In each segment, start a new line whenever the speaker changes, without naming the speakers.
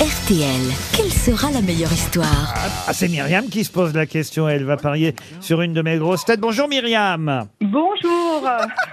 RTL, quelle sera la meilleure histoire
Ah, c'est Myriam qui se pose la question. Elle va parier sur une de mes grosses têtes. Bonjour Myriam.
Bonjour.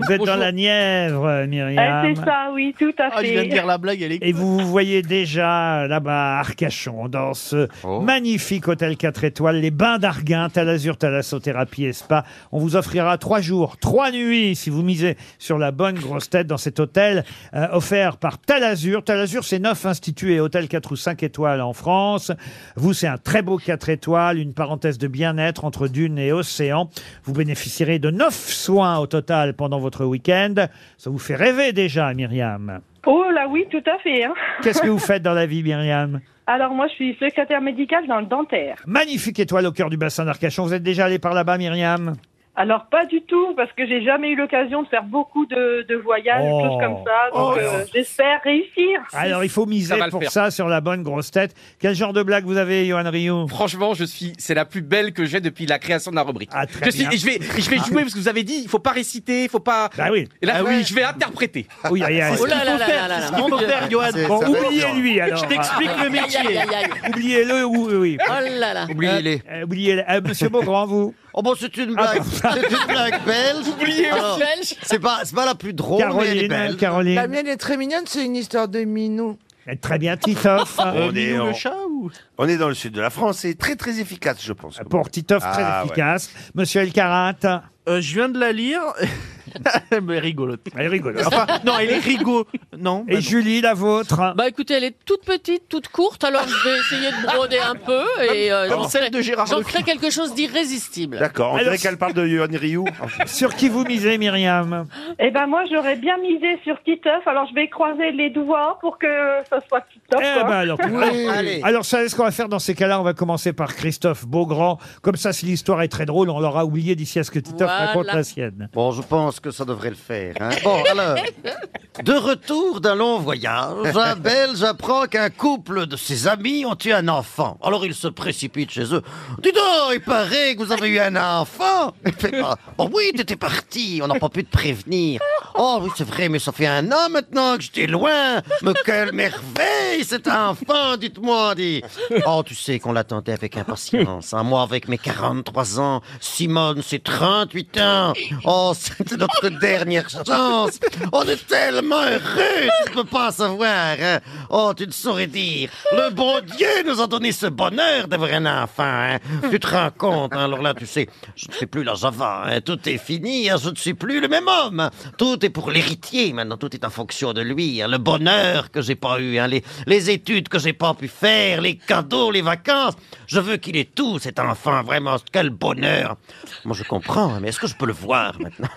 Vous êtes dans la Nièvre, euh,
Ah,
Myriam.
c'est ça, oui, tout à
Ah, je viens de
fait.
dire la blague, elle est.
Et vous vous voyez déjà là-bas à Arcachon, dans ce magnifique hôtel 4 étoiles, les Bains d'Arguin, Talazur, Thalassothérapie et Spa. On vous offrira trois jours, trois nuits, si vous misez sur la bonne grosse tête dans cet hôtel euh, offert par Talazur. Talazur, c'est neuf instituts et hôtels 4 ou 5 étoiles en France. Vous, c'est un très beau 4 étoiles, une parenthèse de bien-être entre dunes et océan. Vous bénéficierez de neuf soins au total pendant votre week-end. Ça vous fait rêver déjà, Myriam.
Oh là, oui, tout à fait. hein.
Qu'est-ce que vous faites dans la vie, Myriam
Alors, moi, je suis secrétaire médicale dans le dentaire.
Magnifique étoile au cœur du bassin d'Arcachon. Vous êtes déjà allé par là-bas, Myriam
Alors, pas du tout, parce que j'ai jamais eu l'occasion de faire beaucoup de, de voyages,
Oh.
choses comme ça. Donc,
Oh.
euh, j'espère réussir.
Alors, il faut miser
Ça va le
pour
faire.
ça sur la bonne grosse tête. Quel genre de blague vous avez, Johan Rioux
Franchement, je suis, c'est la plus belle que j'ai depuis la création de la rubrique.
Ah, très
je suis,
bien. Ah.
et je vais, et je vais jouer parce que vous avez dit, il faut pas réciter, il faut pas.
Bah oui.
Et là,
Ah ouais.
je vais interpréter.
Oui, aïe, aïe.
Oh là là là là là. faut faire, Johan.
Bon, oubliez-lui alors. Ah,
Je t'explique le métier. Ah,
Oubliez-le ou euh, oui. oui.
Oubliez-les.
Euh, oubliez-le. Euh, Monsieur Beaugrand, vous.
Oh bon, c'est une blague.
Ah,
C'est une blague belge.
Oubliez
Alors, C'est pas, c'est pas la plus
Oh,
drôle, mais elle
Caroline,
est belle.
La
Caroline.
mienne est très mignonne, c'est une histoire de minou.
Très bien, Titoff.
On est,
Euh, Minou
en-
le chat ou
on est dans le sud de la France, c'est très très efficace, je pense.
Pour Titoff, très
Ah, ouais.
efficace. Monsieur Elkarat.
Euh, Je viens de la lire. Elle est rigolote.
Elle rigole.
Enfin, non, elle est rigolo. Non. bah
Et
non.
Julie, la vôtre.
Bah écoutez, elle est toute petite, toute courte, alors je vais essayer de broder un peu et euh,
Comme
j'en ferai,
celle de Gérard
j'en
Leclerc.
ferai quelque chose d'irrésistible.
D'accord, on
Alors-
dirait qu'elle parle de Yohan Ryu.
Ah,
Sur qui vous misez, Myriam
Eh ben, moi, j'aurais bien misé sur Titeuf. Alors, je vais croiser les doigts pour que ça soit Titeuf.
Eh ben
quoi.
alors,
Allez.
Alors, vous savez ce qu'on va faire dans ces cas-là On va commencer par Christophe Beaugrand. Comme ça, si l'histoire est très drôle, on l'aura oublié d'ici à ce que Titoff
Voilà.
raconte la sienne.
Bon, je pense que ça devrait le faire. hein. Bon, alors, de retour d'un long voyage, un Belge apprend qu'un couple de ses amis ont eu un enfant. Alors il se précipite chez eux. Dis donc, il paraît que vous avez eu un enfant. Il fait ah, Oh oui, t'étais parti, on n'a pas pu te prévenir. Oh oui, c'est vrai, mais ça fait un an maintenant que j'étais loin. Mais quelle merveille, cet enfant, dites-moi, dit. Oh, tu sais qu'on l'attendait avec impatience. hein. Moi, avec mes 43 ans, Simone, c'est 38 ans. Oh, c'était notre dernière chance. On est tellement heureux, tu ne peux pas savoir. hein. Oh, tu ne saurais dire. Le bon Dieu nous a donné ce bonheur d'avoir un enfant. hein. Tu te rends compte, hein. alors là, tu sais, je ne suis plus l'âge avant. hein. Tout est fini, hein. je ne suis plus le même homme. Tout est pour l'héritier maintenant, tout est en fonction de lui. hein. Le bonheur que j'ai pas eu, hein. les, les études que j'ai pas pu faire, les cadeaux, les vacances. Je veux qu'il ait tout, cet enfant, vraiment, quel bonheur. Moi, je comprends, hein, mais est-ce que je peux le voir maintenant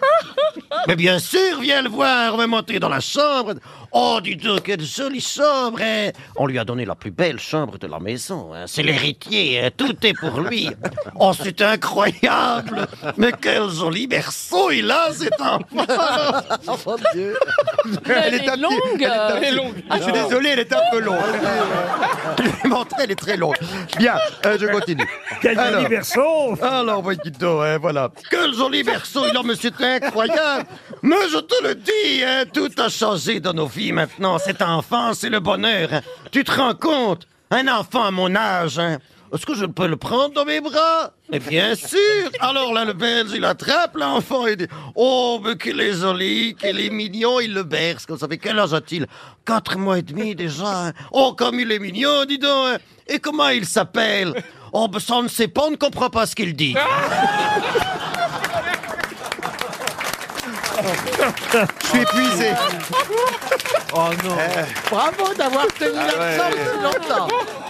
mais bien sûr, viens le voir, on va monter dans la chambre. Oh, dis donc, quelle jolie chambre hein. On lui a donné la plus belle chambre de la maison. hein. C'est l'héritier, hein. tout est pour lui. Oh, c'est incroyable Mais quel joli berceau il a, cet enfant
Elle, est, longue. euh,
Je suis désolé, elle est un peu longue. Je l'ai montré, elle est très longue. Bien, euh, je continue.
Quel
Alors.
joli berceau
Alors, oui, dis donc, hein, voilà. Quel joli berceau, il a, monsieur, c'est incroyable. Mais je te le dis, hein, tout a changé dans nos vies maintenant. Cet enfant, c'est le bonheur. hein. Tu te rends compte Un enfant à mon âge, hein. Est-ce que je peux le prendre dans mes bras Mais bien sûr Alors là, le Belge, il attrape l'enfant et dit « Oh, mais qu'il est joli, qu'il est mignon !» Il le berce, comme ça fait quel âge a-t-il Quatre mois et demi déjà. hein. Oh, comme il est mignon, dis donc hein. Et comment il s'appelle Oh, ben, ça, on ne sait pas, on ne comprend pas ce qu'il dit.
Je suis épuisé.
Oh non.
Bravo d'avoir tenu la
ouais,
forme
Ah, ouais.
si longtemps.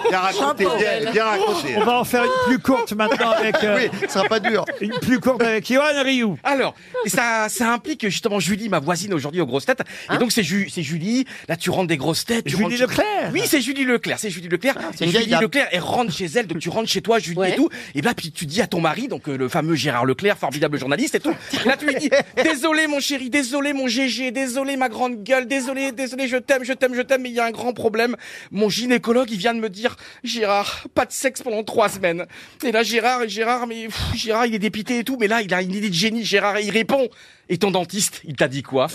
Bien raconté, bien, bien raconté.
On va en faire une plus courte maintenant avec... euh,
Oui, ce sera pas dur.
Une plus courte avec Johan Rioux.
Alors, et ça, ça implique justement Julie, ma voisine aujourd'hui aux grosses têtes.
Hein
et donc c'est Ju- c'est Julie. Là, tu rentres des grosses têtes. tu
Julie
rentres-
Leclerc.
Oui, c'est Julie Leclerc. C'est Julie Leclerc.
Ah, c'est
et
une vieille
Julie
dame.
Leclerc, elle rentre chez elle. Donc tu rentres chez toi, Julie
Ouais.
et tout. Et là, puis tu dis à ton mari, donc euh, le fameux Gérard Leclerc, formidable journaliste et tout. Et là, tu lui dis, désolé mon chéri, désolé mon GG, désolé ma grande gueule, désolé, désolé, je t'aime, je t'aime, je t'aime. Mais il y a un grand problème. Mon gynécologue, il vient de me dire, Gérard, pas de sexe pendant trois semaines. Et là, Gérard, Gérard, mais pff, Gérard, il est dépité et tout. Mais là, il a une idée de génie, Gérard, et il répond. Et ton dentiste, il t'a dit quoi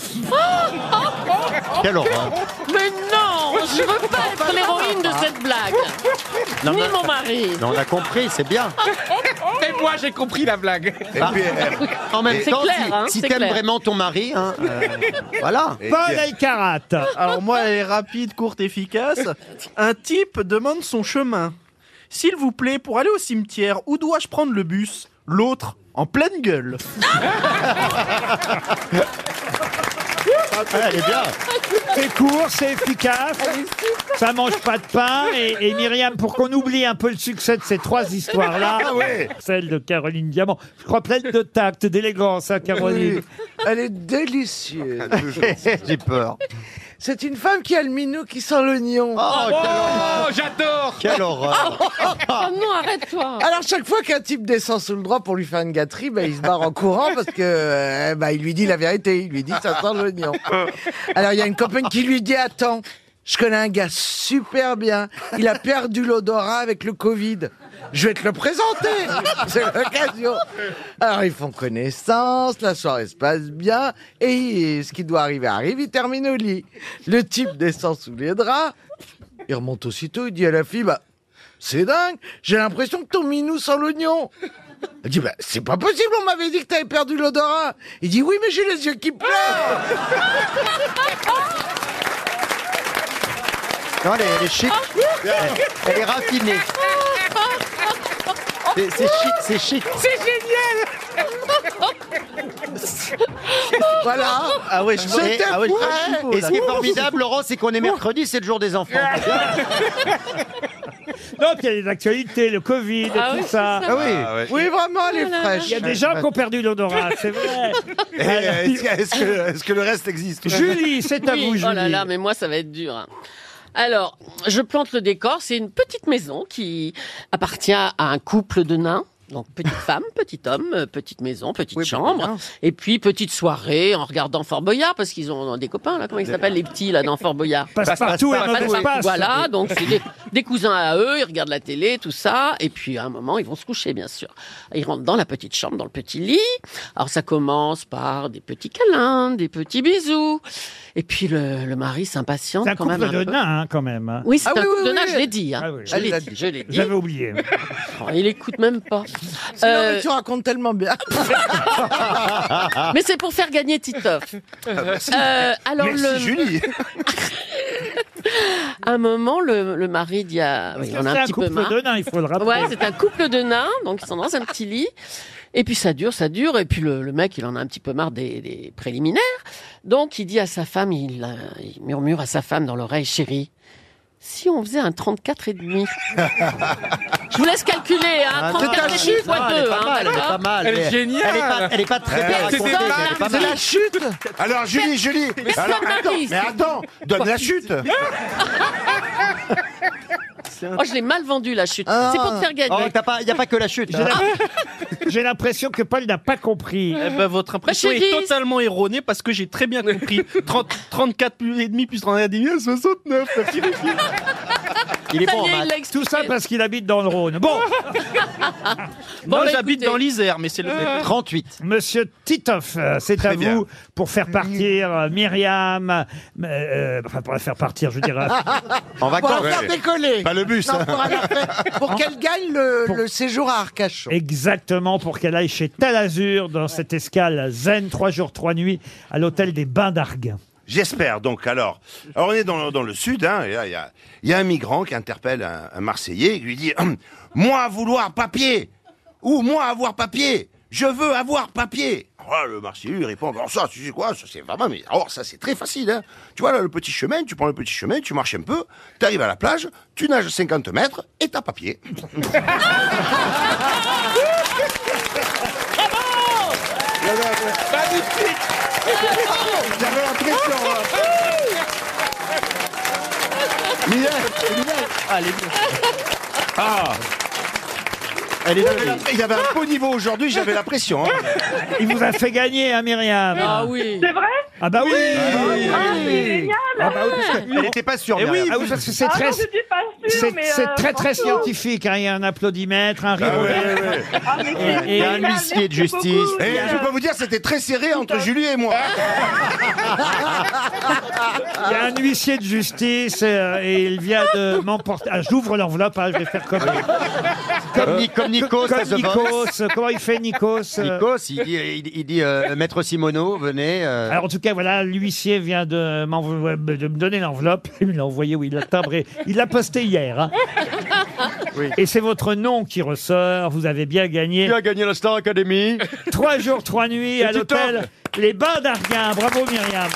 Quelle horreur. hein.
Mais non, je veux pas être l'héroïne de cette cette blague.
Non,
Ni
mais-
mon mari.
Non, on a compris, c'est bien. Oh.
Mais moi, j'ai compris la blague.
Et puis, euh,
En même
C'est
temps,
clair,
si,
hein,
si
c'est
t'aimes
clair.
vraiment ton mari, hein, euh, voilà.
et
Paul
puis,
Elkarat.
Ah.
Alors moi, elle est rapide, courte, efficace. Un type demande son chemin. S'il vous plaît, pour aller au cimetière, où dois-je prendre le bus L'autre, en pleine gueule.
Ouais, elle est bien.
C'est court, c'est efficace. Ça mange pas de pain. Et, et Myriam, pour qu'on oublie un peu le succès de ces trois histoires-là, celle de Caroline Diamant, je crois pleine de tact, d'élégance, hein, Caroline.
Elle est délicieuse.
J'ai peur.
C'est une femme qui a le minou qui sent l'oignon.
Oh,
Oh, j'adore.
quelle horreur. hein.
Oh non, arrête-toi.
Alors chaque fois qu'un type descend sous le droit pour lui faire une gâterie, bah, il se barre en courant parce que euh, bah, il lui dit la vérité, il lui dit ça sent l'oignon. Alors il y a une copine qui lui dit attends, je connais un gars super bien, il a perdu l'odorat avec le Covid. Je vais te le présenter, c'est l'occasion. Alors ils font connaissance, la soirée se passe bien, et ce qui doit arriver arrive, il termine au lit. Le type descend sous les draps, il remonte aussitôt, il dit à la fille, bah, c'est dingue, j'ai l'impression que ton minou sent l'oignon. Elle dit, bah, c'est pas possible, on m'avait dit que t'avais perdu l'odorat. Il dit, oui, mais j'ai les yeux qui pleurent.
Non, elle est, elle est chic. Elle, elle est raffinée. C'est c'est chic, c'est chic.
Voilà.
Ah ouais, je
C'était
ah ouais, je- ah, je suis beau,
Et ce qui est
là.
formidable, Laurent, c'est qu'on est mercredi, c'est le jour des enfants.
Non, puis il y a les actualités, le Covid et
Ah
tout
oui,
ça.
c'est
Ah oui.
Oui, vraiment, elle est fraîche.
Oh Il y a des gens qui ont perdu l'odorat, c'est vrai.
eh, Est-ce que- est-ce que, est-ce que le reste existe
Julie, c'est à
Oui,
vous, Julie.
Oh là là, mais moi, ça va être dur. hein. Alors, je plante le décor. C'est une petite maison qui appartient à un couple de nains. Donc, petite femme, petit homme, euh, petite maison, petite
Oui,
chambre.
bien.
Et puis, petite soirée en regardant Fort Boyard, parce qu'ils ont des copains, là. Comment ils s'appellent, les petits, là, dans Fort Boyard
Passe partout et
Pas de
Mabou
partout,
passe.
Voilà, donc c'est des, des cousins à eux, ils regardent la télé, tout ça, et puis à un moment, ils vont se coucher, bien sûr. Ils rentrent dans la petite chambre, dans le petit lit. Alors ça commence par des petits câlins, des petits bisous, et puis le, le mari s'impatiente
C'est un
quand même
couple
un
de
peu.
nains, hein, quand même. hein.
Oui, c'est
Ah
un
oui,
couple
oui,
de nains,
oui.
je l'ai dit. hein.
Ah oui.
Je
Elle
l'ai dit, je l'ai dit.
J'avais oublié.
Oh, il écoute même pas.
Sinon,
Euh,
mais tu racontes tellement bien.
mais c'est pour faire gagner Titoff.
Ah.
Euh, alors
Merci
le,
Julie.
à un moment, le, le mari dit à...
Parce
Oui,
que
on a
c'est
un
un
petit peu
couple
marre.
de nains, il faut le rappeler.
Ouais, c'est un couple de nains, donc ils sont dans un petit lit. Et puis ça dure, ça dure, et puis le, le mec, il en a un petit peu marre des, des préliminaires. Donc il dit à sa femme, il, euh, il murmure à sa femme dans l'oreille, chérie, si on faisait un 34 et demi. Je vous laisse calculer, hein,
Ah, c'est
34
un
et demi
chute.
fois
Ah, elle
2,
est pas
hein,
mal, elle est pas
d'accord
mal.
Elle est
mais
géniale.
Elle est pas, elle est pas très bien
Ouais, c'est
racontée.
ça.
mais Elle est pas
C'est
mal.
la chute.
Alors Julie, Julie.
Mais c'est
Alors,
un
attends,
mari,
mais attends, donne la chute.
Oh, je l'ai mal vendu, la chute.
Ah.
C'est pour te faire
Oh,
gagner.
t'as pas, y a pas que la chute.
J'ai
hein.
l'impression- J'ai l'impression que Paul n'a pas compris.
Eh ben, votre impression
Bah,
est
chérie,
totalement erronée parce que j'ai très bien compris. 30, 34 plus et demi plus 31 et demi, 69. la petite fille.
Il est
Ça
bon hein, en
y est, il
maths.
l'a
Tout
expliqué.
ça parce qu'il habite dans le Rhône. Bon,
Bon,
Moi,
bah,
j'habite
écoutez.
dans l'Isère, mais c'est le
Euh.
même.
38.
Monsieur Titoff, euh, c'est à
bien.
vous pour faire partir euh, Myriam. euh, euh, enfin, pour la faire partir, je dirais.
En
Pour la
vacances.
faire décoller.
Pas le bus. hein.
Non, pour la faire- pour qu'elle gagne le, le séjour à Arcachon.
Exactement, pour qu'elle aille chez Talazur dans cette escale zen, trois jours, trois nuits, à l'hôtel des Bains d'Arguin.
J'espère. Donc, alors, alors on est dans, dans le sud, hein, et là, il y a, il y a un migrant qui interpelle un, un Marseillais et lui dit Hum, Moi vouloir papier Ou moi avoir papier Je veux avoir papier Alors là, le Marseillais lui répond Bon, ça, tu sais quoi Ça, c'est vraiment, mais alors, ça, c'est très facile. hein. Tu vois, là, le petit chemin, tu prends le petit chemin, tu marches un peu, tu arrives à la plage, tu nages 50 mètres et t'as papier. J'avais l'impression.
Elle est
Il y
jolie.
avait- Il y avait un beau niveau aujourd'hui, j'avais la pression. hein.
Il vous a fait gagner, hein, Myriam
Ah oui.
C'est vrai
Ah bah oui
Ah, c'est génial
Ah bah oui, parce que-
Il n'était pas sûr.
Eh oui,
Bernard.
ah oui, parce que c'est
Ah
très,
non, j'étais pas sûre,
c'est-
mais,
c'est
euh,
très très
franchement.
scientifique. hein. Il y a un applaudimètre, un
Ah
rire.
ouais, ouais, ouais.
Ah, mais c'est-
Et- et
un
merci
huissier de
beaucoup, Euh,
justice.
Eh,
Julien.
je peux vous dire, c'était très serré entre Julie et moi.
Il y a un huissier de justice euh, et il vient de m'emporter. Ah, J'ouvre l'enveloppe, hein, je vais faire comme,
Comme, Ni- Euh, comme Nikos, ça
comme
se
Nikos. Comment il fait Nikos euh,
Nikos, il dit, il, il dit euh, Maître Simoneau, venez. euh,
Alors en tout cas, voilà, l'huissier vient de, m'envo- de me donner l'enveloppe. Il me l'a envoyé, oui, il l'a timbré. Il l'a posté hier. hein. Et c'est votre nom qui ressort. Vous avez bien gagné.
qui a gagné la Star Academy
Trois jours, trois nuits à l'hôtel Les Bains d'Arguin. Bravo Myriam.